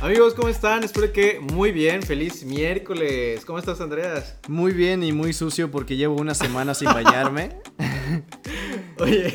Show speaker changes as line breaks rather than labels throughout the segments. Amigos, ¿cómo están? Espero que muy bien. Feliz miércoles. ¿Cómo estás, Andreas?
Muy bien y muy sucio porque llevo una semana sin bañarme.
Oye,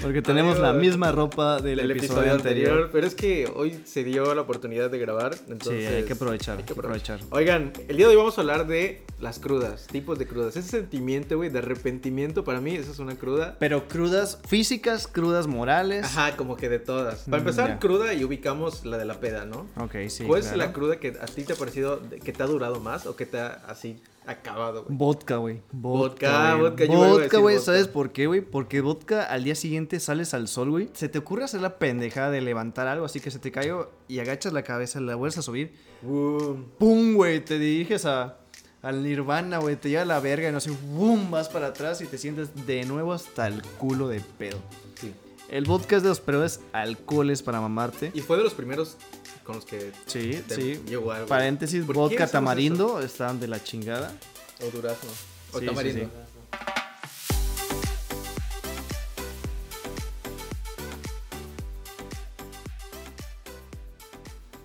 Porque tenemos la
Adiós.
misma ropa del,
el
episodio, anterior.
pero es que hoy se dio la oportunidad de grabar. Entonces,
sí, hay que aprovechar. Hay que aprovechar.
Oigan, el día de hoy vamos a hablar de las crudas, tipos de crudas. Ese sentimiento, güey, de arrepentimiento, para mí, eso es una cruda.
Pero crudas físicas, crudas morales.
Ajá, como que de todas. Para
Pues, Mm,
empezar,
ya.
cruda y ubicamos la de la peda, ¿no?
Ok, sí.
¿Cuál es
claro.
la cruda que a ti te ha parecido, de- que te ha durado más o que te ha así acabado, güey?
Vodka, güey.
Vodka,
güey.
vodka, yo iba a
Vodka,
decir
güey.
vodka.
¿Sabes por qué, güey? Porque vodka al día siguiente sales al sol, güey. Se te ocurre hacer la pendejada de levantar algo así que se te cayó y agachas la cabeza, la vuelves a subir. Uh,
Boom.
¡Pum, güey! Te diriges a, al nirvana, güey. Te lleva la verga y no sé, ¡pum! Vas para atrás y te sientes de nuevo hasta el culo de pedo.
Sí.
El vodka es de los peores alcoholes para mamarte.
Y fue de los primeros con los que
Sí,
te-
sí.
yo igual, güey.
Paréntesis,
¿Por qué
vodka
hacemos
tamarindo están de la chingada.
eso? O durazno. O
Sí, sí,
tamarindo.
sí.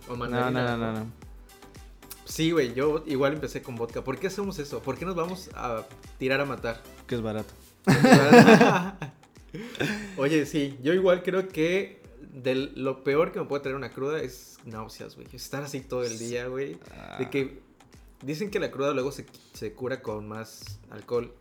O
No,
mandarina.
no, no, no, no.
Sí, güey, yo igual empecé con vodka. ¿Por qué hacemos eso? ¿Por qué nos vamos a tirar a matar?
Que es barato.
Oye, sí, yo igual creo que de lo peor que me puede traer una cruda es náuseas, güey. Estar así todo el día, güey.
Ah.
De que dicen que la cruda luego se, se cura con más alcohol.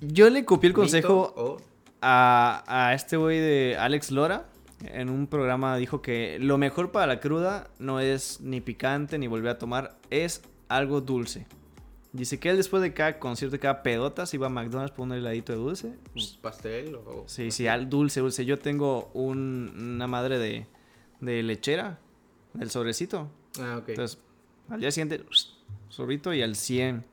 Yo le copié el
¿Mito
consejo
o-
a, a este güey de Alex Lora. En un programa dijo que lo mejor para la cruda no es ni picante ni volver a tomar, es algo dulce. Dice que él después de cada concierto, de cada pedota, se iba a McDonald's por un heladito de dulce.
un pastel o...
Sí, sí, al dulce, dulce. Yo tengo un- una madre de, de lechera, del sobrecito.
Ah, ok.
Entonces, al día siguiente, sorbito y al 100.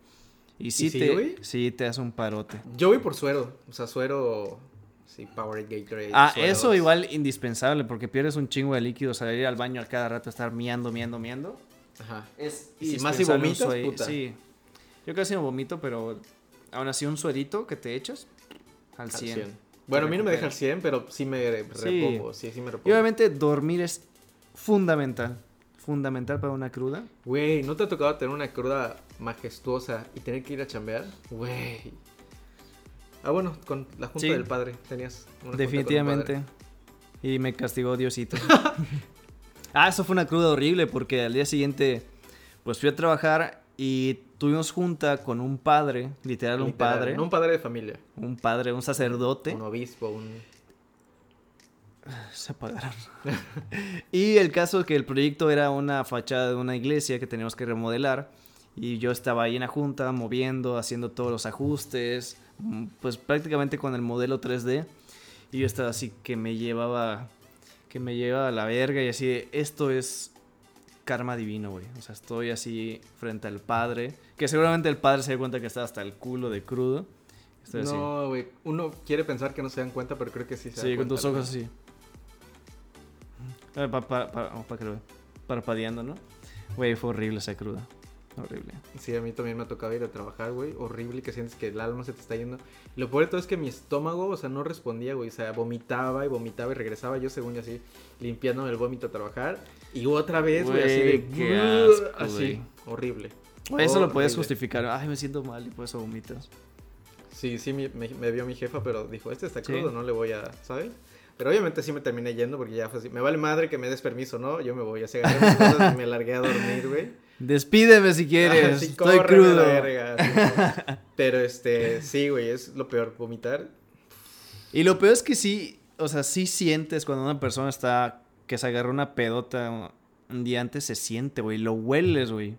Y sí,
sí,
te,
güey?
sí te hace un parote.
Yo voy por suero. O sea, suero... Sí, Powerade, Gatorade.
Ah,
sueros.
eso igual indispensable, porque pierdes un chingo de líquido, salir al baño a cada rato, estar miando, miando, miando.
Ajá.
Es
Y más si
indispensable un
vomitas,
sue-
puta.
Sí. Yo casi no vomito, pero aún así un suerito que te echas al
al
100.
100. Bueno, a mí no me deja el
recuperas.
100, pero sí me repongo. Sí, sí, me repongo.
Y obviamente dormir es fundamental. Fundamental para una cruda.
Güey, ¿no te ha tocado tener una cruda majestuosa y tener que ir a chambear? Güey. Ah, bueno, con la junta
Sí.
del padre tenías una junta con un
Definitivamente. Y me castigó Diosito. ah, eso fue una cruda horrible porque al día siguiente pues fui a trabajar y tuvimos junta con un padre, literal
padre.
un
Literal,
padre,
No un padre de familia.
un padre, un sacerdote.
Un obispo, un...
Se apagaron. y el caso es que el proyecto era una fachada de una iglesia que teníamos que remodelar. Y yo estaba ahí en la junta, moviendo, haciendo todos los ajustes, mm, pues prácticamente con el modelo 3D. Y yo estaba así que me llevaba, que me llevaba a la verga y así, de, esto es karma divino, güey. O sea, estoy así frente al padre, que seguramente el padre se dio cuenta que estaba hasta el culo de crudo. Estoy así.
No, güey. Uno quiere pensar que no se dan cuenta, pero creo que sí se dan
Sí, con
cuenta,
tus
¿no?
ojos así. Para, oh, para, que lo vea. Parpadeando, ¿no? Güey, fue horrible esa cruda. Horrible.
Sí, a mí también me ha tocado ir a trabajar, güey. Horrible que sientes que el alma se te está yendo. Lo peor de todo es que mi estómago, o sea, no respondía, güey. O sea, vomitaba y vomitaba y regresaba yo, según yo, así, limpiándome el vómito a trabajar. Y otra vez, güey, así
Güey,
de.
qué asco,
así,
güey.
horrible.
Güey, eso lo puedes
Horrible.
justificar. Ay, me siento mal y por eso vomitas.
Sí, sí, mi- me, me vio mi jefa, pero dijo, este está
Sí.
crudo, no le voy a, ¿sabes? Pero obviamente sí me terminé yendo porque ya fue así. Me vale madre que me des permiso, ¿no? Yo me voy, así agarré mis cosas y me largué a dormir, güey.
Despídeme si quieres.
Ah, sí,
Estoy
córreme a
crudo.
la verga, sí, güey. Pero este, sí, güey, es lo peor, vomitar.
Y lo peor es que sí, o sea, sí sientes cuando una persona está que se agarró una pedota un día antes, se siente, güey. Lo hueles, güey.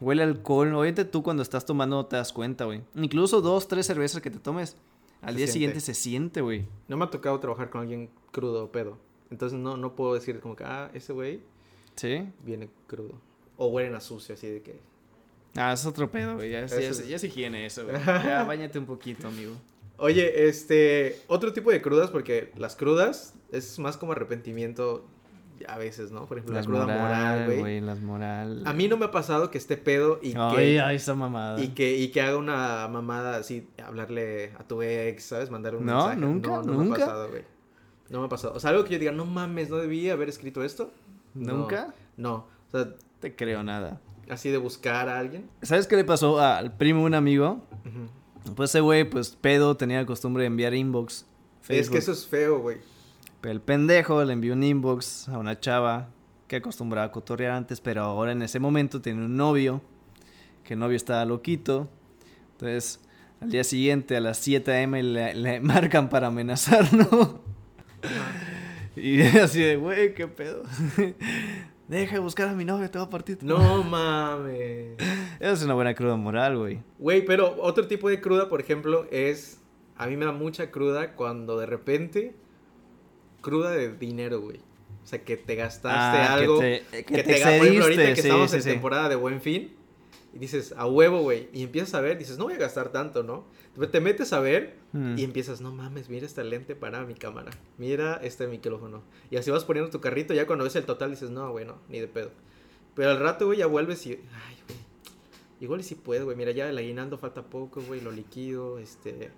Huele a alcohol. Obviamente tú cuando estás tomando no te das cuenta, güey. Incluso dos, tres cervezas que te tomes. Al
Se
día
siente.
siguiente se siente, güey.
No me ha tocado trabajar con alguien crudo o pedo. Entonces no, no puedo decir como que, ah, ese güey
¿Sí?
viene crudo. O huelen a sucio, así de que.
Ah, es otro pedo, güey. Ya, es- ya
Eso
es-
es-
ya es higiene eso, güey. Ya, bañate un poquito, amigo.
Oye, este, otro tipo de crudas, porque las crudas es más como arrepentimiento a veces, ¿no? Por ejemplo, la cruda moral, güey.
Las moral.
A mí no me ha pasado que esté pedo y
Ay,
que...
ay, esa mamada.
Y que, y que haga una mamada así, hablarle a tu ex, ¿sabes? Mandar un
No,
mensaje.
nunca,
no, no me ha
nunca.
pasado, güey. No me ha pasado. O sea, algo que yo diga, no mames, no debí haber escrito esto. No,
¿Nunca?
No, o sea,
Te creo nada.
así de buscar a alguien.
¿Sabes qué le pasó al primo de un amigo?
Ujú.
Pues ese güey, pues pedo, tenía la costumbre de enviar inbox.
Es
Facebook.
que eso es feo, güey.
Pero el pendejo le envió un inbox a una chava que acostumbraba a cotorrear antes, pero ahora en ese momento tiene un novio, que el novio estaba loquito. Entonces, al día siguiente, a las 7 a.m., le, le marcan para amenazarlo. y así de, güey, qué pedo. Deja de buscar a mi novio, te voy a partir. tu
No mames.
Esa es una buena cruda moral, güey.
Güey, pero otro tipo de cruda, por ejemplo, es. A mí me da mucha cruda cuando de repente. Cruda de dinero, güey. O sea, que te gastaste
Ah,
algo.
Que te, que te
ga- por ejemplo, ahorita que
excediste, sí,
estamos
sí,
en
sí.
temporada de buen fin. Y dices, a huevo, güey. Y empiezas a ver, dices, no voy a gastar tanto, ¿no? Pero te metes a ver
Mm.
y empiezas, no mames, mira esta lente para mi cámara. Mira este micrófono. Y así vas poniendo tu carrito. Ya cuando ves el total dices, no, güey, no, ni de pedo. Pero al rato, güey, ya vuelves y. Ay, güey. Igual y si puedo, güey. Mira, ya el aguinaldo falta poco, güey. Lo liquido, este.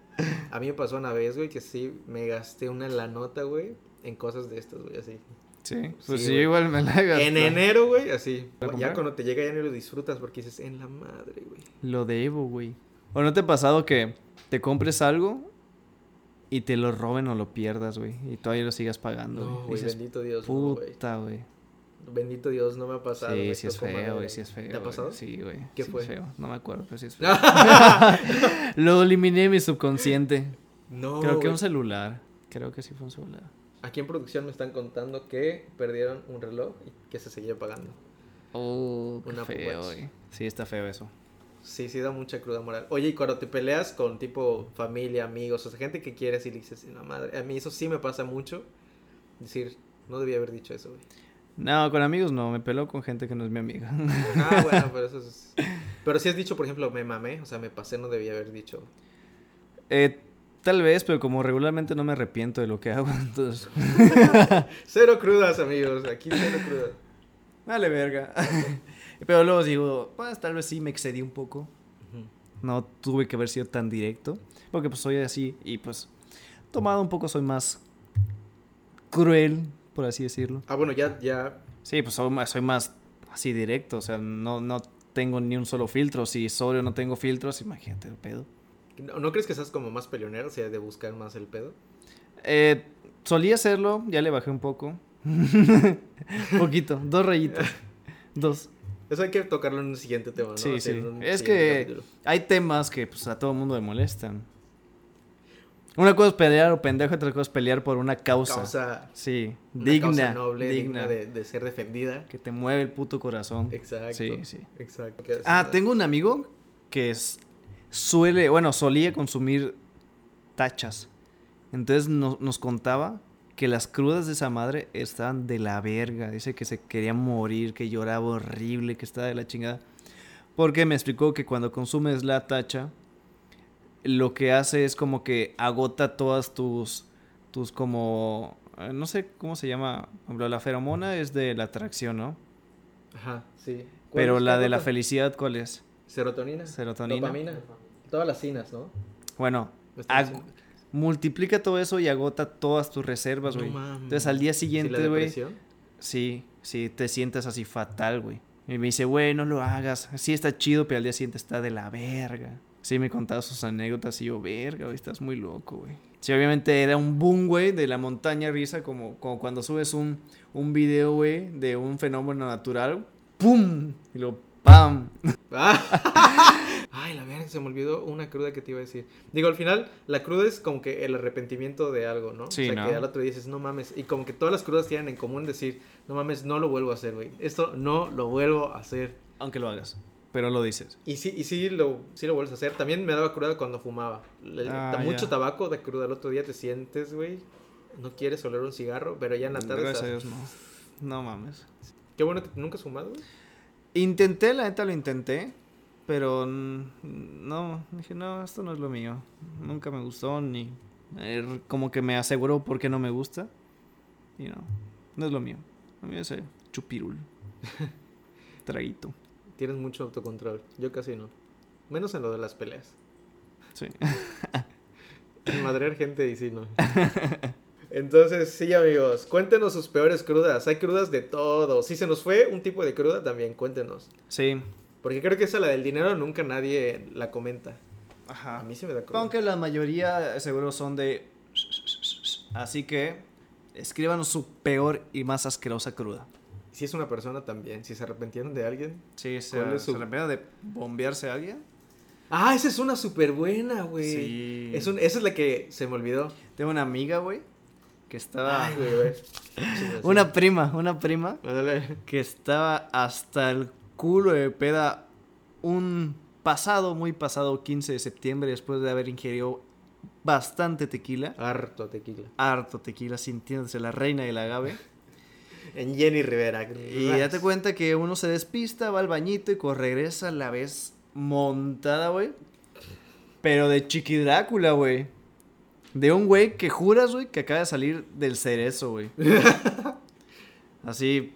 A mí me pasó una vez, güey, que sí me gasté una lanota, güey, en cosas de estas, güey, así.
Sí, pues
Sí,
sí,
güey.
igual me la gasté.
En enero, güey, así.
¿Para comprar?
Ya cuando te llega enero disfrutas porque dices, en la madre, güey.
Lo debo, güey. ¿O no te ha pasado que te compres algo y te lo roben o lo pierdas, güey? Y todavía lo sigas pagando.
No,
güey.
güey,
Dices,
bendito Dios, no, güey.
puta, güey.
Bendito Dios, no me ha pasado.
Sí,
me
sí es
tocó madre,
feo, güey, sí es feo.
¿Te ha
güey.
pasado?
Sí, güey.
¿Qué
sí
fue?
Es feo. No me acuerdo, pero sí es feo. lo eliminé de mi subconsciente.
No,
Creo que
güey.
un celular. Creo que sí fue un celular.
Aquí en producción me están contando que perdieron un reloj y que se seguía pagando.
Oh, qué
Un Apple
feo,
Watch.
güey. Sí, está feo eso.
Sí, sí da mucha cruda moral. Oye, y cuando te peleas con tipo familia, amigos, o sea, gente que quieres y le dices, en la madre, a mí eso sí me pasa mucho. Decir, no debía haber dicho eso, güey.
No, con amigos no. Me peló con gente que no es mi amiga.
Ah, bueno, pero eso es... Pero si has dicho, por ejemplo, me mamé, o sea, me pasé, no debía haber dicho.
Eh, tal vez, pero como regularmente no me arrepiento de lo que hago, entonces.
Cero crudas, amigos. Aquí cero crudas.
Dale verga. pero luego digo, pues tal vez sí me excedí un poco. No tuve que haber sido tan directo. Porque pues soy así y pues tomado un poco soy más cruel, por así decirlo.
Ah, bueno, ya, ya.
Sí, pues soy más, soy más así directo. O sea, no, no tengo ni un solo filtro. Si sobrio no tengo filtros, imagínate el pedo.
¿No, no crees que seas como más peleonero? O sea, de buscar más el pedo.
Eh, solía hacerlo, ya le bajé un poco. Poquito, dos rayitas. Dos.
Eso hay que tocarlo en un siguiente tema, ¿no?
Sí,
O sea,
sí.
en un
Es
siguiente
que-
capítulo.
Hay temas que pues a todo mundo le molestan. Una cosa es pelear o pendejo, otra cosa es pelear por una causa.
Causa.
Sí,
una
digna,
causa noble, digna,
digna.
de, de ser defendida.
Que te mueve el puto corazón.
Exacto.
Sí, sí.
Exacto.
Ah, tengo un amigo que es, suele, bueno, solía consumir tachas. Entonces no- nos contaba que las crudas de esa madre estaban de la verga. Dice que se quería morir, que lloraba horrible, que estaba de la chingada. Porque me explicó que cuando consumes la tacha, lo que hace es como que agota todas tus, tus como, eh, no sé cómo se llama, por ejemplo, la feromona es de la atracción, ¿no?
Ajá, sí. ¿Cuál
Pero
es
la de la
otra?
felicidad, ¿cuál es?
Serotonina.
Serotonina.
Dopamina. Todas las cinas, ¿no?
Bueno,
Me estás
Ag-
diciendo.
multiplica todo eso y agota todas tus reservas,
No
güey.
mames.
Entonces al día
Sí, la
siguiente, güey,
depresión.
sí, sí, te sientes así fatal, güey. Y me dice, güey, no lo hagas. Sí está chido, pero al día siguiente está de la verga. Sí, me contaba sus anécdotas y yo, verga, güey, estás muy loco, güey. Sí, obviamente era un boom, güey, de la montaña risa, como, como cuando subes un, un video, güey, de un fenómeno natural. ¡Pum! Y luego, ¡pam!
Ah. Ay, la verga, se me olvidó una cruda que te iba a decir. Digo, al final, la cruda es como que el arrepentimiento de algo, ¿no?
Sí,
o sea,
¿no?
que al otro día dices, no mames. Y como que todas las crudas tienen en común decir, no mames, no lo vuelvo a hacer, güey. Esto no lo vuelvo a hacer.
Aunque lo hagas, pero lo dices.
Y sí, y sí lo, sí lo vuelves a hacer. También me daba cruda cuando fumaba. Le-
Ah,
ta- mucho
ya.
tabaco de cruda. Al otro día te sientes, güey. No quieres oler un cigarro, pero ya en la tarde
Pues Gracias a
estás-
Dios, no. No mames.
Qué bueno que nunca has fumado, güey.
Intenté, la neta lo intenté, pero mm, no, dije, no, esto no es lo mío. Nunca me gustó, ni eh, como que me aseguró por qué no me gusta. Y no, no es lo mío. Lo mío es el chupirul. Traguito.
Tienes mucho autocontrol. Yo casi no. Menos en lo de las peleas.
Sí.
En madrear gente y sí, no. Entonces, sí, amigos, cuéntenos sus peores crudas. Hay crudas de todo. Si se nos fue un tipo de cruda, también cuéntenos.
Sí.
Porque creo que esa, la del dinero, nunca nadie la comenta.
Ajá.
A mí sí me da cruda.
Aunque la mayoría eh, seguro son de... Así que escríbanos su peor y más asquerosa cruda.
Si es una persona también, si se arrepintieron de alguien.
Sí, se,
¿Cuál es su-
¿se arrepiente de bombearse a alguien?
Ah, esa es una súper buena, güey.
Sí.
Es un- esa es la que se me olvidó.
Tengo una amiga, güey, que estaba...
Ay, güey, güey.
una prima, una prima
Ándale.
que estaba hasta el culo de peda un pasado, muy pasado 15 de septiembre después de haber ingerido bastante tequila.
Harto tequila.
Harto tequila, sintiéndose la reina del agave.
En Jenny Rivera.
Y date cuenta que uno se despista, va al bañito y cuando regresa la ves montada, güey. Pero de chiqui Drácula, güey. De un güey que juras, güey, que acaba de salir del cerezo, güey. Así.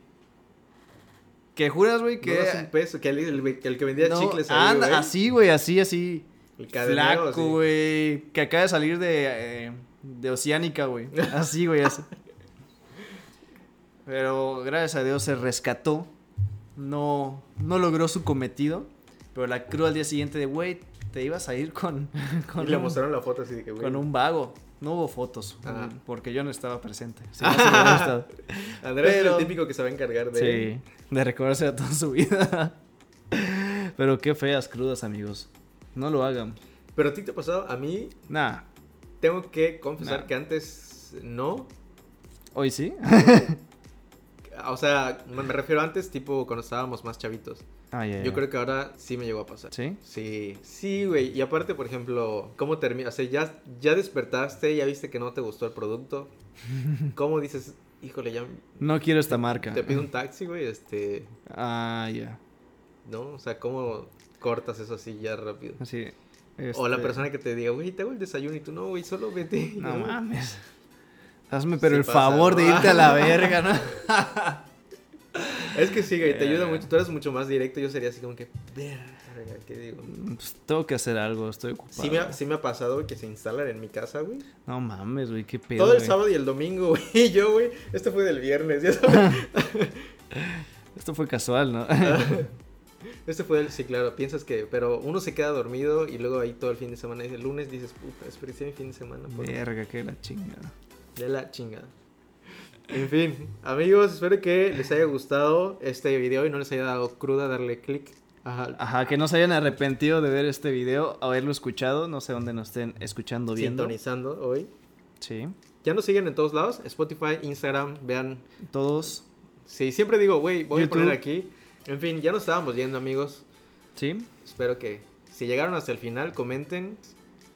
Que juras, güey,
que
que.
es un peso, que el, el- el que vendía
No,
chicles ahí,
anda,
güey.
así, güey, así, así.
El cadenero,
Flaco,
así.
güey. Que acaba de salir de, eh, de Oceánica, güey. Así, güey, así. Pero gracias a Dios se rescató. No, no logró su cometido. Pero la cruda al día siguiente de, güey, te ibas a ir con,
Y
con,
le
un,
mostraron la foto así de que, güey.
con un vago. No hubo fotos.
Ah.
Porque yo no estaba presente. Si no, si hubiera estado-
Andrés es
Pero-
el típico que se va a encargar de.
Sí, de recordarse a toda su vida. Pero qué feas crudas, amigos. No lo hagan.
Pero a ti te ha pasado, a mí
Nah,
tengo que confesar
Nah.
que antes no.
hoy sí.
O sea, me me refiero a antes, tipo cuando estábamos más chavitos. Yo creo que ahora sí me llegó a pasar.
¿Sí?
Sí, sí, güey. Y aparte, por ejemplo, ¿cómo termina? O sea, ya, ya despertaste, ya viste que no te gustó el producto. ¿Cómo dices, híjole, ya
No quiero esta marca.
te pido un taxi, güey? Este,
Ah, ya.
¿no? O sea, ¿cómo cortas eso así ya rápido?
Así.
O la
este,
persona que te diga, güey, te hago el desayuno y tú no, güey, solo vete.
No
¿no?
mames. Hazme pero
Sí
el
pasa,
favor
¿no?
de irte a la verga, ¿no?
Es que sí, güey, te ayuda
Eh.
mucho. Tú eres mucho más directo, yo sería así como que, verga, ¿qué digo?
Pues, tengo que hacer algo, estoy ocupado.
Sí me, ha, sí me ha pasado güey, que se instalan en mi casa, güey.
No mames, güey, qué pedo.
Todo el
güey.
sábado y el domingo, güey. Y yo, güey, esto fue del viernes, ya sabes.
Esto fue casual, ¿no?
Ah. Este fue el, sí, claro, piensas que, pero uno se queda dormido y luego ahí todo el fin de semana, y el lunes dices, puta, desperdicié mi fin de semana, por
verga, qué la chingada.
de la chingada. En fin, amigos, espero que les haya gustado este video y no les haya dado cruda darle click. Ajá.
Ajá, que no se hayan arrepentido de ver este video, haberlo escuchado, no sé dónde nos estén escuchando, viendo.
Sintonizando hoy.
Sí.
Ya nos siguen en todos lados, Spotify, Instagram, vean.
Todos.
Sí, siempre digo, güey, voy
YouTube.
a poner aquí. En fin, ya nos estábamos yendo, amigos.
Sí.
Espero que si llegaron hasta el final, comenten.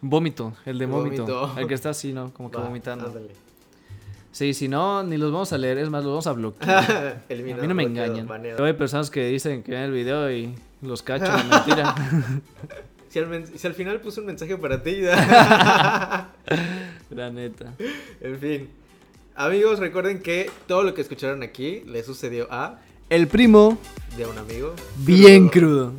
Vómito, el de vómito.
Vómito.
El que está así, ¿no? Como que
Va,
vomitando.
ándale.
Sí, si no, ni los vamos a leer, es más, los vamos a bloquear.
Eliminado,
a mí no me
bloqueado,
engañan.
baneado.
Luego hay personas que dicen que ven el video y los cachan de mentira.
Si al, men- si al final puse un mensaje para ti.
La neta.
en fin. Amigos, recuerden que todo lo que escucharon aquí le sucedió a
El primo,
de un amigo.
bien
Pero-
crudo.